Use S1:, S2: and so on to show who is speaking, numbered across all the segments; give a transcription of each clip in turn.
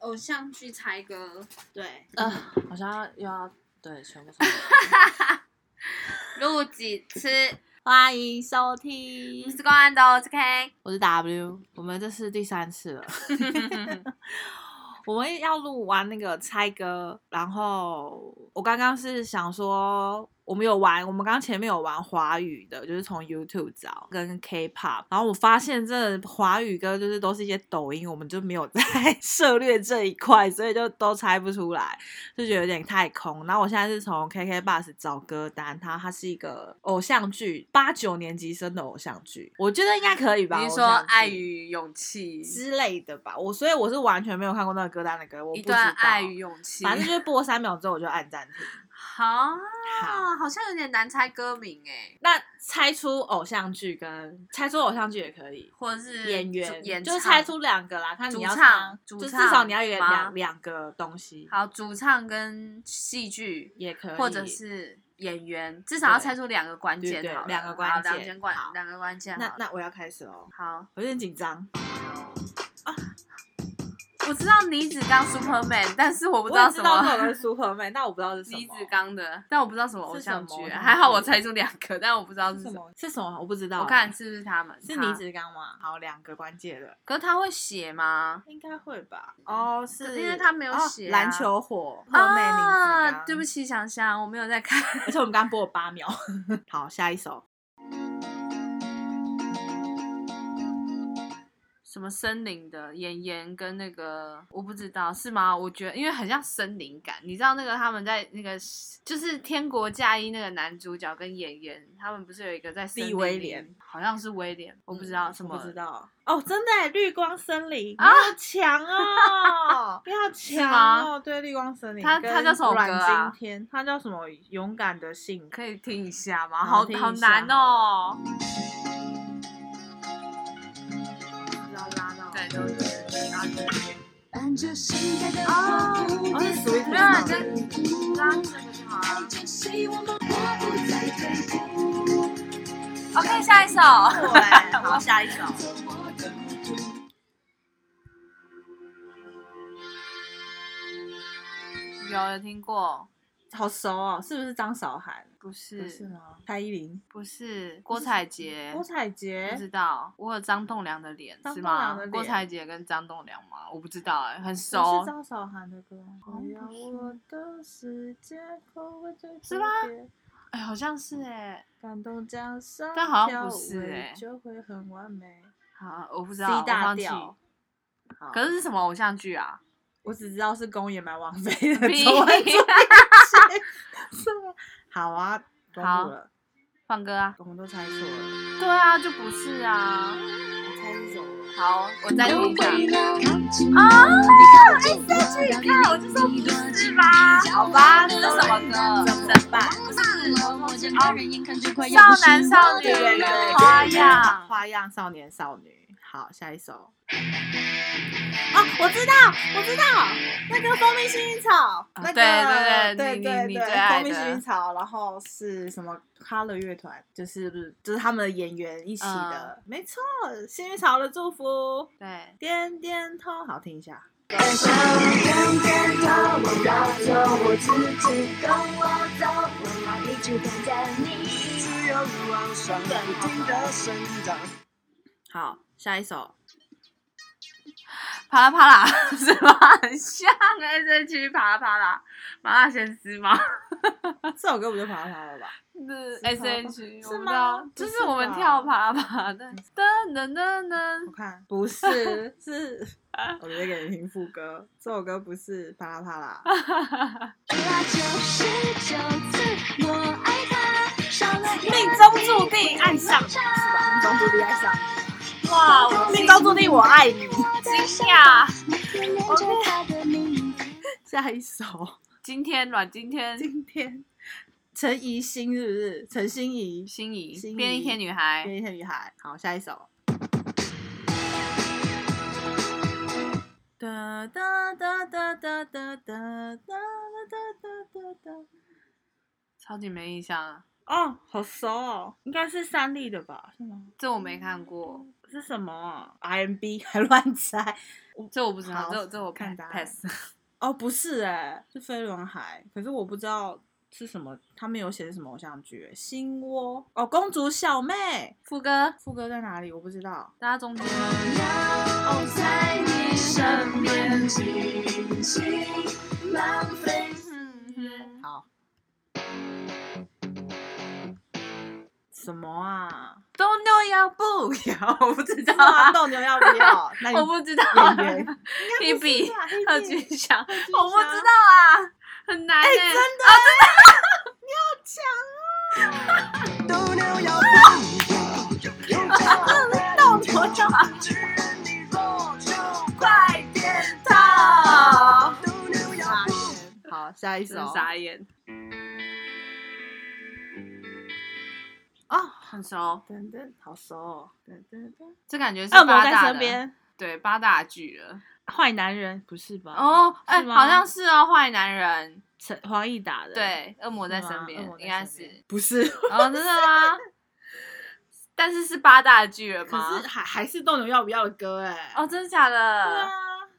S1: 偶像剧才歌。
S2: 对，
S3: 嗯，好像又要对全部重来。
S1: 录几次
S2: 欢迎收听，
S1: 是公安的 OK，
S3: 我是 W，我们这是第三次了。我们要录完那个猜歌，然后我刚刚是想说，我们有玩，我们刚前面有玩华语的，就是从 YouTube 找跟 K-pop，然后我发现这华语歌就是都是一些抖音，我们就没有 在涉猎这一块，所以就都猜不出来，就觉得有点太空。然后我现在是从 KK Bus 找歌单，它它是一个偶像剧，八九年级生的偶像剧，我觉得应该可以吧？
S1: 你是
S3: 偶
S1: 说
S3: 像
S1: 《
S3: 剧
S1: 爱与勇气》
S3: 之类的吧。我所以我是完全没有看过那个歌单的歌，我不
S1: 一
S3: 知道
S1: 段爱与勇气，
S3: 反正就是播三秒之后我就按暂停。
S1: 好，
S3: 好
S1: 好像有点难猜歌名哎，
S3: 那猜出偶像剧跟猜出偶像剧也可以，
S1: 或者是
S3: 演
S1: 主
S3: 员
S1: 演
S3: 就是
S1: 唱
S3: 猜出两个啦，看你要
S1: 主唱
S3: 唱，
S1: 主
S3: 就至
S1: 唱
S3: 少你要有
S1: 吗
S3: 两两个东西
S1: 好主唱跟戏剧，
S3: 也可以，
S1: 或者是演员，至少要
S3: 对
S1: 猜出两个关键
S3: 对对
S1: 好了，
S3: 两个
S1: 好
S3: 关
S1: 两
S3: 键
S1: 间关
S3: 好
S1: 两个关键
S3: 那
S1: 好了，
S3: 那我要开始喽，
S1: 好。
S3: 有点紧张，
S1: 我知道倪子刚 Superman，但是我不
S3: 我
S1: 知道
S3: 也
S1: 什
S3: 知道这首
S1: 么
S3: 歌是 Superman，但我不知道是什么
S1: 倪子刚的，但我不知道什么偶像
S3: 是什么
S1: 剧。
S3: 偶像剧
S1: 还好我猜出两个，但我不知道是
S3: 是
S1: 什
S3: 什
S1: 么。
S3: 么是什么我不知道，
S1: 我看是不是他们？
S3: 是
S1: 他
S3: 倪，子刚吗？好，两个关键的。
S1: 可是他会写吗？
S3: 应该会吧？哦，
S1: 可
S3: 是
S1: 因为他没有
S3: 哦
S1: 写啊
S3: 篮球火赫妹林子
S1: 啊，
S3: 刚
S1: 对不起，想想我没有在看。
S3: 而且我们刚播了八秒。 好，下一首。
S1: 什么森林的妍妍跟那个我不知道是吗？我觉得因为很像森林感，你知道那个他们在那个就是《天国嫁衣》那个男主角跟妍妍，他们不是有一个在森林
S3: 利威
S1: 里
S3: 廉，
S1: 好像是威廉，我不知道
S3: 嗯
S1: 什么
S3: 我不知道。哦，真的耶，绿光森林，
S1: 啊
S3: 啊，强 哦，不要
S1: 吗
S3: 强哦，对，绿光森林。
S1: 它它叫什么歌啊
S3: 阮经天，它叫什么？勇敢的信。
S1: 可以听一下吗？
S3: 好
S1: 好
S3: 听一
S1: 好
S3: 下
S1: 难哦。
S3: 要拉到
S1: 对，都是。
S4: 伴着时代的
S1: 哦
S4: 脚步
S3: 哦，是 Sweet
S1: 没有啊人
S3: Summer
S1: 跟你刚这个就好啊。
S4: 这希望我不再退步，
S1: OK，下一首。
S3: 对，好，下一首。
S4: 走我的路途。
S1: 有有听过？
S3: 好熟哦，是不是张韶涵？
S1: 不
S3: 不是
S1: 是，
S3: 吗？蔡依林、
S1: 不是郭采洁
S3: 郭。采
S1: 不
S3: 洁，
S1: 知道，我有张栋梁的脸
S3: 张
S1: 是
S3: 栋梁
S1: 吗
S3: 的？脸
S1: 郭采洁跟张栋梁吗？我不知道哎、很
S3: 不
S1: 熟
S3: 是。张韶涵的歌吗。
S1: 像
S3: 要我的世界空无最
S1: 是吗
S3: 特别
S1: 哎、好像是哎、
S3: 感动加上
S1: 但好像不是
S3: 跳舞
S1: 欸
S3: 就会很完美。
S1: 好，我不知
S3: C
S1: 道，我
S3: 大
S1: 放弃。
S3: 调。好
S1: 可是是什么偶像剧 啊？
S3: 我只知道是公演买王菲 的
S1: 屁
S3: 中文作品 是吗？好啊，公
S1: 好
S3: 布了，
S1: 放歌啊？
S3: 我们都猜错了，
S1: 对啊，就不是啊。
S3: 我猜是什么？
S1: 好，我再听一下。哦
S4: 啊！
S3: 哦
S4: 你看，
S1: 自
S4: 哎，
S1: 己
S4: 再去
S1: 看，我
S4: 看，我
S1: 就
S4: 就
S1: 说
S4: 说
S1: 不
S4: 不
S1: 是
S4: 是
S1: 吧
S4: 吧？？
S1: 好
S4: 好
S1: 吧，
S4: 吧，
S1: 这
S4: 这
S1: 是
S4: 是
S1: 什
S4: 什
S1: 么
S4: 么
S1: 歌？
S4: 歌？
S3: 啊
S1: 怎么办？不是
S4: 少
S1: 少男少女
S3: 对对对，
S1: 花样
S3: 花样少年少女。好，下一首。哦，我知道，我知道，那个蜂蜜薰衣草，那个
S1: 啊对对对
S3: 对
S1: 你
S3: 对
S1: 你你
S3: 对
S1: 最爱
S3: 蜂蜜薰
S1: 的
S3: 衣草，然后是什么 Color 乐团，就是不是就是他们的演员一起的，
S1: 嗯
S3: 没错，薰衣草的祝福，
S1: 对，
S3: 点点头，好听一下。 好，下一首。
S1: 啪啦啪啦是吧？ 很像 S H E 啪啦啪啦，麻辣鲜师吗？
S3: 这首歌不就跑跑了吧？
S1: 是
S3: 是
S1: S
S3: 啪啦
S1: H E
S3: 是吗
S1: 就
S3: 不
S1: 是
S3: 是
S1: 我们
S3: 吧
S1: 跳啪啦啪啦 的，噔噔噔噔
S3: 我。看不是，是 我直接给你听副歌。这首歌不是啪啦啪啦，
S4: 命中注
S1: 嗯
S4: 定爱上，是吧？
S3: 命中注定爱上你，
S1: 哇，我
S3: 命中注定我爱你。
S1: 惊讶！
S3: 下一首，
S1: 今天阮今天
S3: 今天陈怡欣是不是？陈欣怡，哎
S1: 心仪
S3: 心仪
S1: 便利贴女孩，
S3: 变一天女孩。好，下一首。哒哒哒哒哒哒哒哒哒哒哒哒。
S1: 超级没印象啊。
S3: 哦，好熟哦，应该是三立的吧？是吗？
S1: 这我没看过，
S3: 是什么啊？RMB 还乱猜？
S1: 这我不知道，
S3: 好
S1: 这我这我
S3: 看
S1: pass
S3: 答案
S1: pass。
S3: 哦，不是哎、是飞轮海，可是我不知道是什么，他们有写是什么偶像剧、欸？心窝哦，公主小妹，
S1: 副歌，
S3: 副歌在哪里？我不知道。
S1: 大家中间，
S3: 嗯
S4: 要在你身边尽情浪费。
S3: 好。什么啊？
S1: 东牛要不 要？我不知道
S3: 啊，
S1: 啊，
S3: 斗牛要不啊要？那你
S1: 我不知道。
S3: 演员
S1: Hebe 贺
S3: 贺
S1: 军翔，
S3: 军
S1: 我不
S3: 翔
S1: 知道啊，很难哎、
S3: 真的，
S4: 斗牛要不要？斗牛要快点逃！斗牛要不要？
S3: 好，下一
S1: 真
S3: 首。
S1: 傻眼，
S3: 哦，
S1: 很熟，
S3: 等等，好熟、哦。等等等，
S1: 这感觉是
S3: 恶魔
S1: 八
S3: 在
S1: 大
S3: 身
S1: 的，
S3: 边，
S1: 对八大剧了。
S3: 坏男人不是吧？，
S1: 哦，哎、
S3: 是吗
S1: 好像是哦，坏男人，
S3: 陈黄义打的。
S1: 对，恶魔
S3: 是
S1: 在
S3: 吗
S1: 身边
S3: 恶魔，在
S1: 应该
S3: 身
S1: 是
S3: 边，不是？
S1: 哦，真的 吗？但是是八大巨人
S3: 可
S1: 吗
S3: 是？还还是斗牛要不要的歌哎、
S1: 哦，真的假的？
S3: 对啊，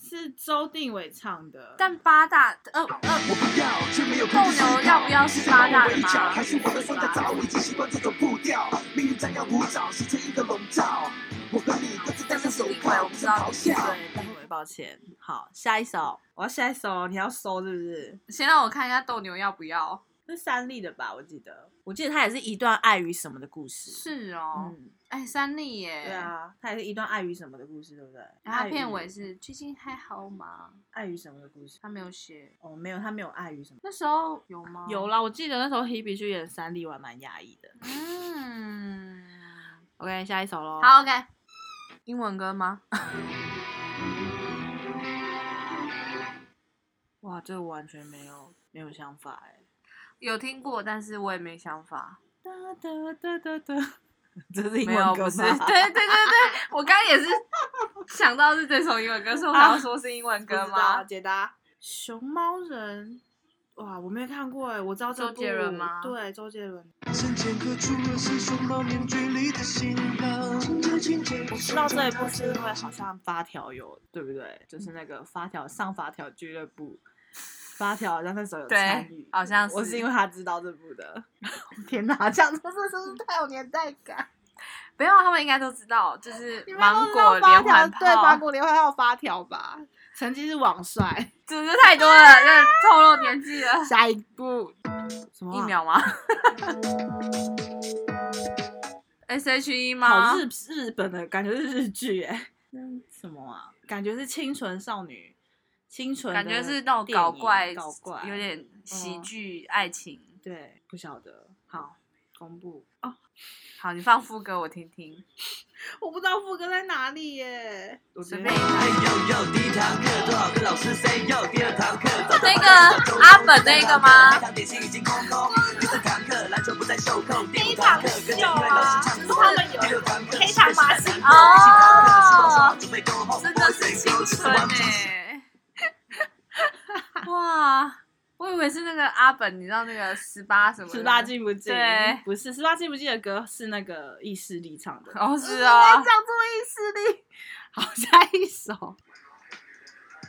S3: 是周定伟唱的。
S1: 但八大，呃呃，
S5: 我不要，却没有
S1: 斗牛要不要是八大的
S5: 一角，
S1: 吗？
S5: 还是我的双脚早已经习惯这种步调，命运将要鼓掌，形成一个笼罩。我和你各自戴上手铐，不是咆哮。
S3: 对，定伟，抱歉。好，下一首，我要下一首，哦你要搜是不是？
S1: 先让我看一下斗牛要不要？
S3: 是三立的吧？我记得，我记得它也是一段爱与什么的故事。
S1: 是哦，
S3: 嗯，
S1: 哎，三立耶，
S3: 对啊，它也是一段爱与什么的故事，对不对？
S1: 然后
S3: 爱与
S1: 片尾是最近还好吗？
S3: 爱与什么的故事？
S1: 他没有写，
S3: 哦，没有，他没有爱与什么。
S1: 那时候有吗？
S3: 有，啦，我记得那时候 Hebe 去演三立，我还蛮压抑的。
S1: 嗯，
S3: OK，下一首喽。，
S1: 好，OK，英文歌吗？
S3: 哇，这个完全没有没有想法哎。
S1: 有听过，但是我也没想法。
S3: 哒哒哒哒哒， 这是英
S1: 没有，
S3: 文歌
S1: 不是，
S3: 吗？
S1: 对对对对，我刚刚也是想到是这首英文歌，所以我刚刚说是英文歌
S3: 啊不知道
S1: 吗？
S3: 解答。熊猫人，哇，我没有看过哎，我知道这
S1: 周杰
S3: 部
S1: 伦吗
S3: 对，周杰伦。
S5: 神剑客出了是熊猫面具里的新郎。
S3: 我知道这一部是因为好像发条有，对不对？就是那个发条上发条俱乐部，发条好像那时候有参与
S1: 对，，好像
S3: 我是因为他知道这部的。天哪，这样子是不是太有年代感？
S1: 没有，他们应该都知道，就是
S3: 你们都
S1: 芒
S3: 知道
S1: 果
S3: 发
S1: 连
S3: 条
S1: 环
S3: 对，芒
S1: 炮，
S3: 果连环炮发条吧。成绩是 网帅，
S1: 真是太多了，那透露年纪了。
S3: 下一步什么啊
S1: 一秒吗 ？S H E 吗？
S3: 好日日本的感觉是日剧哎、什么啊？感觉是清纯少女，清纯的
S1: 感觉是那种
S3: 电影
S1: 搞怪，
S3: 搞怪，
S1: 有点喜
S3: 嗯
S1: 剧爱情。
S3: 对，不晓得。好，公布哦，
S1: 好，你放副歌我听听。
S3: 我不知道副歌在哪里耶，我
S1: 随
S3: 觉
S1: 便
S3: 得
S1: 一看
S5: 嘿呦呦，第一堂课多少个老师谁又第二堂课早
S1: 那个阿本那个吗？
S5: 堂点心已经空空，第四堂课篮球不再袖扣，第五
S4: 堂
S5: 堂
S4: 课
S5: 课
S4: 跟着
S5: 跟着
S4: 英
S5: 英
S4: 文
S5: 文
S4: 老
S5: 老
S4: 师
S5: 师
S4: 唱
S5: 唱
S4: 歌
S5: 歌，
S4: 第
S5: 第
S4: 六
S5: 六堂课
S4: 黑糖玛奇
S5: 第七
S4: 朵
S5: 堂课是放
S1: 哦
S5: 手准备 go home，
S1: 真的是青春
S3: 欸
S1: 哎、 哇，我以为是那个阿本，你知道那个十八什么的？
S3: 十八禁不禁？
S1: 对
S3: 不是十八禁不禁的歌是那个意识力唱的。
S1: 哦，是啊
S3: 讲，出意识力。好，下一首《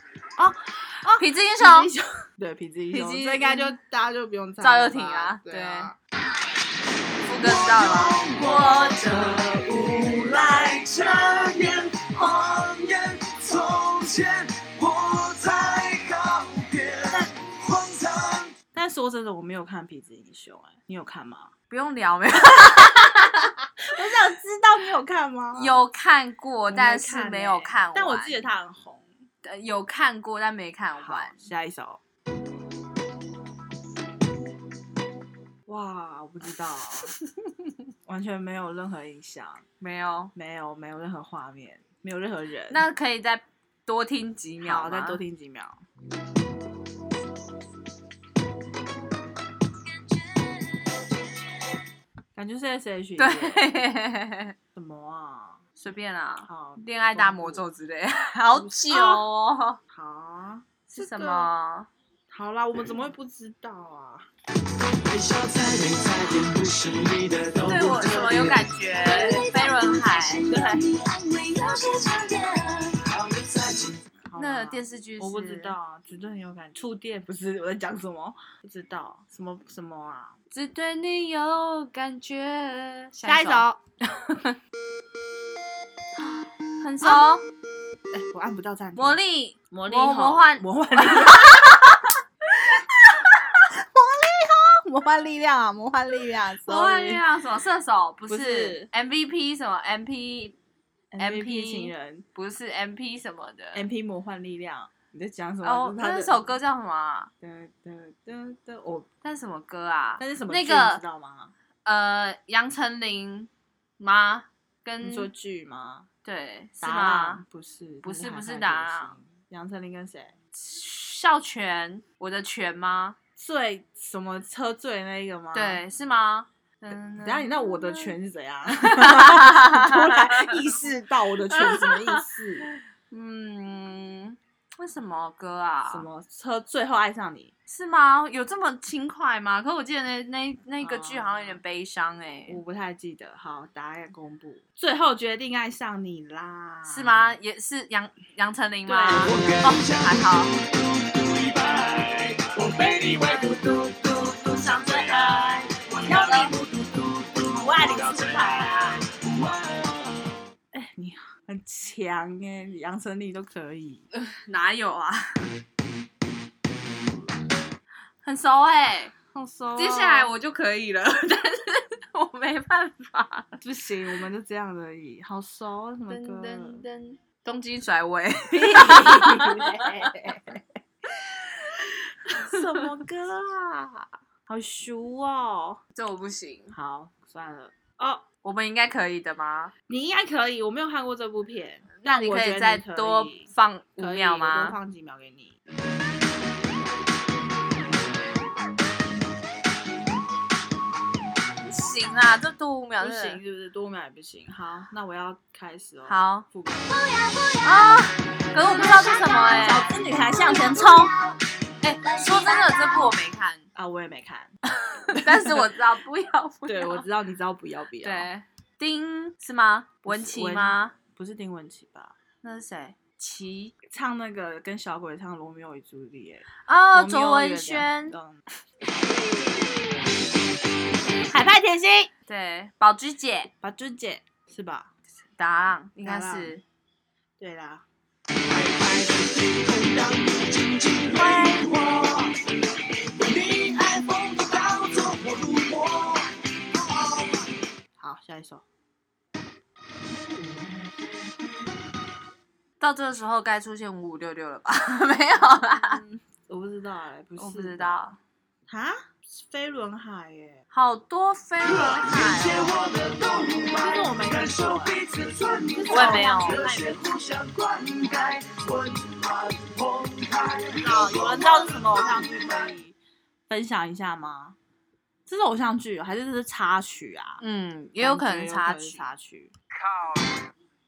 S1: 痞子英雄
S3: 痞子英雄》 对《痞子英
S1: 痞
S3: 雄
S1: 子》，英
S3: 这应该就
S1: 雄
S3: 大家就不用
S1: 赵
S3: 了
S1: 又廷
S3: 吧
S1: 啊
S3: 对啊。
S1: 副歌知道了吗？
S5: 我的无赖承认谎言，从前我才好点荒唐。
S3: 但说真的，我没有看《痞子英雄》哎，你有看吗？
S1: 不用聊， 没有
S3: 我想知道你有看吗
S1: 有看过，
S3: 我没
S1: 但
S3: 看
S1: 是
S3: 欸
S1: 没有看完。
S3: 但我记得他很红。
S1: 呃有看过，但没看
S3: 好
S1: 完，。
S3: 下一首。哇，我不知道，啊 完全没有任何印象，
S1: 没有，
S3: 没有没有任何画面，没有任何人。
S1: 那可以再多听几秒
S3: 好，再
S1: 吗
S3: 多听几秒。感觉是 S H E
S1: 对，
S3: 什么啊？
S1: 随便啦，
S3: 好，
S1: 恋爱大魔咒之类，好久哦，
S3: 好，
S1: 是
S3: 这
S1: 什
S3: 个
S1: 么？
S3: 好啦，我们怎么会不知道啊？
S5: 微笑在你在点不是你的，都
S1: 对我什么有感觉？飞轮海，对，那电视剧是
S3: 我不知道，啊，觉得很有感。触电不是我在讲什么？不知道什么什么啊？
S1: 只对你有感觉。
S3: 下一首，哎，
S1: 很熟，
S3: 啊我按不到暂停。
S1: 魔力
S2: 魔力
S1: 魔
S2: 红
S1: 魔幻
S3: 魔幻力量，
S2: 魔幻力量啊，魔幻力量
S1: 魔幻
S2: ，sorry，
S1: 力量什么射手不
S3: 不
S1: 是
S3: 是
S1: MVP 什么 MP
S3: MP 情人
S1: 不是 MP 什么的
S3: ，MP 魔幻力量，你在讲什么？
S1: 呃哦，
S3: 这是他的
S1: 那首歌叫什么啊？
S3: 噔噔噔噔，我
S1: 那是什么歌啊？
S3: 那是什么
S1: 那
S3: 剧？
S1: 个
S3: 你知道吗？
S1: 呃，杨丞琳吗？跟
S3: 你说剧吗？
S1: 对是
S3: 达朗
S1: 吗？
S3: 不是，
S1: 不是
S3: 那
S1: 不是
S3: 海派
S1: 达
S3: 甜
S1: 朗
S3: 心。杨丞琳跟谁？
S1: 孝全，我的全吗？
S3: 醉什么车醉那一个吗？。
S1: 对，是吗？嗯
S3: 等
S1: 等
S3: 一下你那我的拳是怎样？
S1: 嗯
S3: 突然意识到我的拳什么意思？
S1: 嗯，为什么歌啊？
S3: 什么车最后爱上你？
S1: 是吗？有这么轻快吗？可我记得那那那个剧好像有点
S3: 哦
S1: 悲伤哎、
S3: 我不太记得。好，答案公布。最后决定爱上你啦，
S1: 是吗？？也是杨杨丞琳吗？
S3: 对
S1: 哦，还好。
S5: 我被你外嘟嘟嘟嘟上最爱，我要你嘟嘟嘟嘟，我爱你到最爱。
S3: 哎、你很强哎、你杨丞琳都可以。
S1: 哪有啊？ 很熟哎、
S3: 好熟哦
S1: 接下来我就可以了， 但是我没办法。
S3: 不行，我们就这样而已。好熟哦，什么
S1: 噔
S3: 歌？
S1: 噔噔，东京甩尾，
S3: 什么歌啊？好熟哦。
S1: 这我不行。
S3: 好，算了。哦，
S1: 我们应该可以的吗？
S3: 你应该可以，我没有看过这部片。
S1: 那
S3: 但
S1: 你
S3: 我觉
S1: 以
S3: 得
S1: 再
S3: 可
S1: 多
S3: 以
S1: 放五
S3: 可以
S1: 秒
S3: 我多
S1: 吗？
S3: 放几秒给你。
S1: 不行啊，这多五秒
S3: 不
S1: 真的
S3: 行，是不是？多五秒也不行。好，那我要开始哦。
S1: 好
S3: 副歌，
S1: 啊！可是我不知道是什么哎、
S2: 小资女孩向前冲，
S1: 哎、说真的，这部我没看，
S3: 啊，我也没 看。
S1: 但是我知道不要不要。
S3: 对，我知道，你知道不要不要。，
S1: 对，丁是吗？
S3: 不是
S1: 文琪
S3: 文
S1: 吗？
S3: 不是丁文琪吧？
S1: 那是谁？琪
S3: 唱那个跟小鬼唱《罗密欧与朱丽叶》
S1: 啊，
S3: 罗密
S1: 卓
S3: 欧与
S1: 文
S3: 两
S1: 萱，
S3: 嗯
S2: 海派甜心，
S1: 对，宝芝姐，
S3: 把朱姐是吧？
S1: 答案应该
S3: 答案
S1: 是
S3: 对啦，好，下 一首。
S1: 到这个时候该出现五五六六了吧？ 没有啦，
S3: 嗯我不知道哎，不是，
S1: 我不知。道，
S3: 哈，飞轮海耶，
S1: 好多飞轮海哦，
S5: 这我没看过，
S1: 我也没有哦
S3: 好，有人知道是什么偶像剧可以分享一下吗？这是偶像剧哦还是这是插曲啊？
S1: 嗯，也有可能插
S3: 感觉有可能
S1: 曲。
S3: 插曲。靠！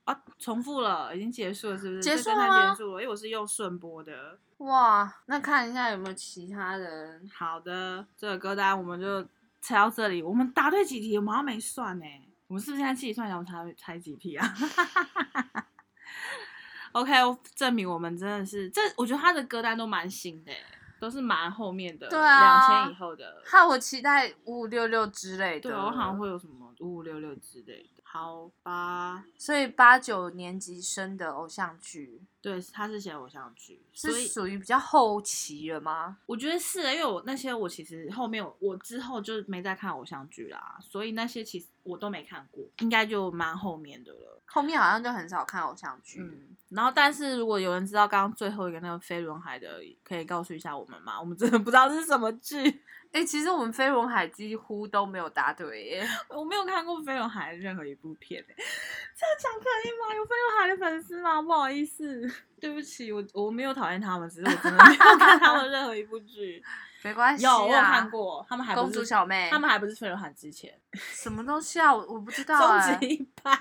S3: 啊，重复了，已经结束了，是不是？
S1: 结束
S3: 这
S1: 了
S3: 段
S1: 吗
S3: 结束了，因为我是用顺播的。
S1: 哇，那看一下有没有其他人
S3: 好的，这个歌单我们就猜到这里。我们答对几题？我们好像没算呢、我们是不是现在自己算一下，我们猜猜几题啊 ？OK，证明我们真的是这，我觉得他的歌单都蛮新的欸、都是蛮后面的，
S1: 对啊
S3: 两千以后的。
S1: 害我期待五五六六之类的。
S3: 对，我好像会有什么五五六六之类的。好吧，
S1: 所以八九年级生的偶像剧
S3: 对，他是写偶像剧，所
S1: 是
S3: 以
S1: 属于比较后期了吗？
S3: 我觉得是欸，因为我那些我其实后面我我之后就没再看偶像剧啦，所以那些其实我都没看过，应该就蛮后面的了。
S1: 后面好像就很少看偶像剧。
S3: 嗯，然后但是如果有人知道刚刚最后一个那个飞轮海的，可以告诉一下我们吗？我们真的不知道是什么剧，
S1: 哎、其实我们飞轮海几乎都没有答对耶。
S3: 我没有看过飞轮海的任何一部片、欸，这样讲可以吗？有飞轮海的粉丝吗？不好意思，对不起，我我没有讨厌他们，只是我真的没有看他们任何一部 剧。
S1: 没关系、
S3: 有
S1: 啊，
S3: 我有看过，他们还不
S1: 公
S3: 是
S1: 主小妹
S3: 他们还不是飞轮海之前。
S1: 什么东西啊？我我不知道哎、
S3: 终极一班，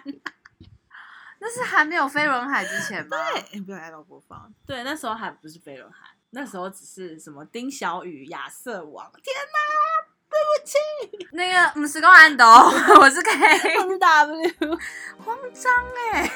S1: 那是还没有飞轮海之前吗？
S3: 哎、不对，爱到播放。对，那时候还不是飞轮海，那时候只是什么丁小雨、亚瑟王，天
S1: 那个嗯五 哎十公安斗，我是 K，
S2: 我是 W。
S1: 慌张哎、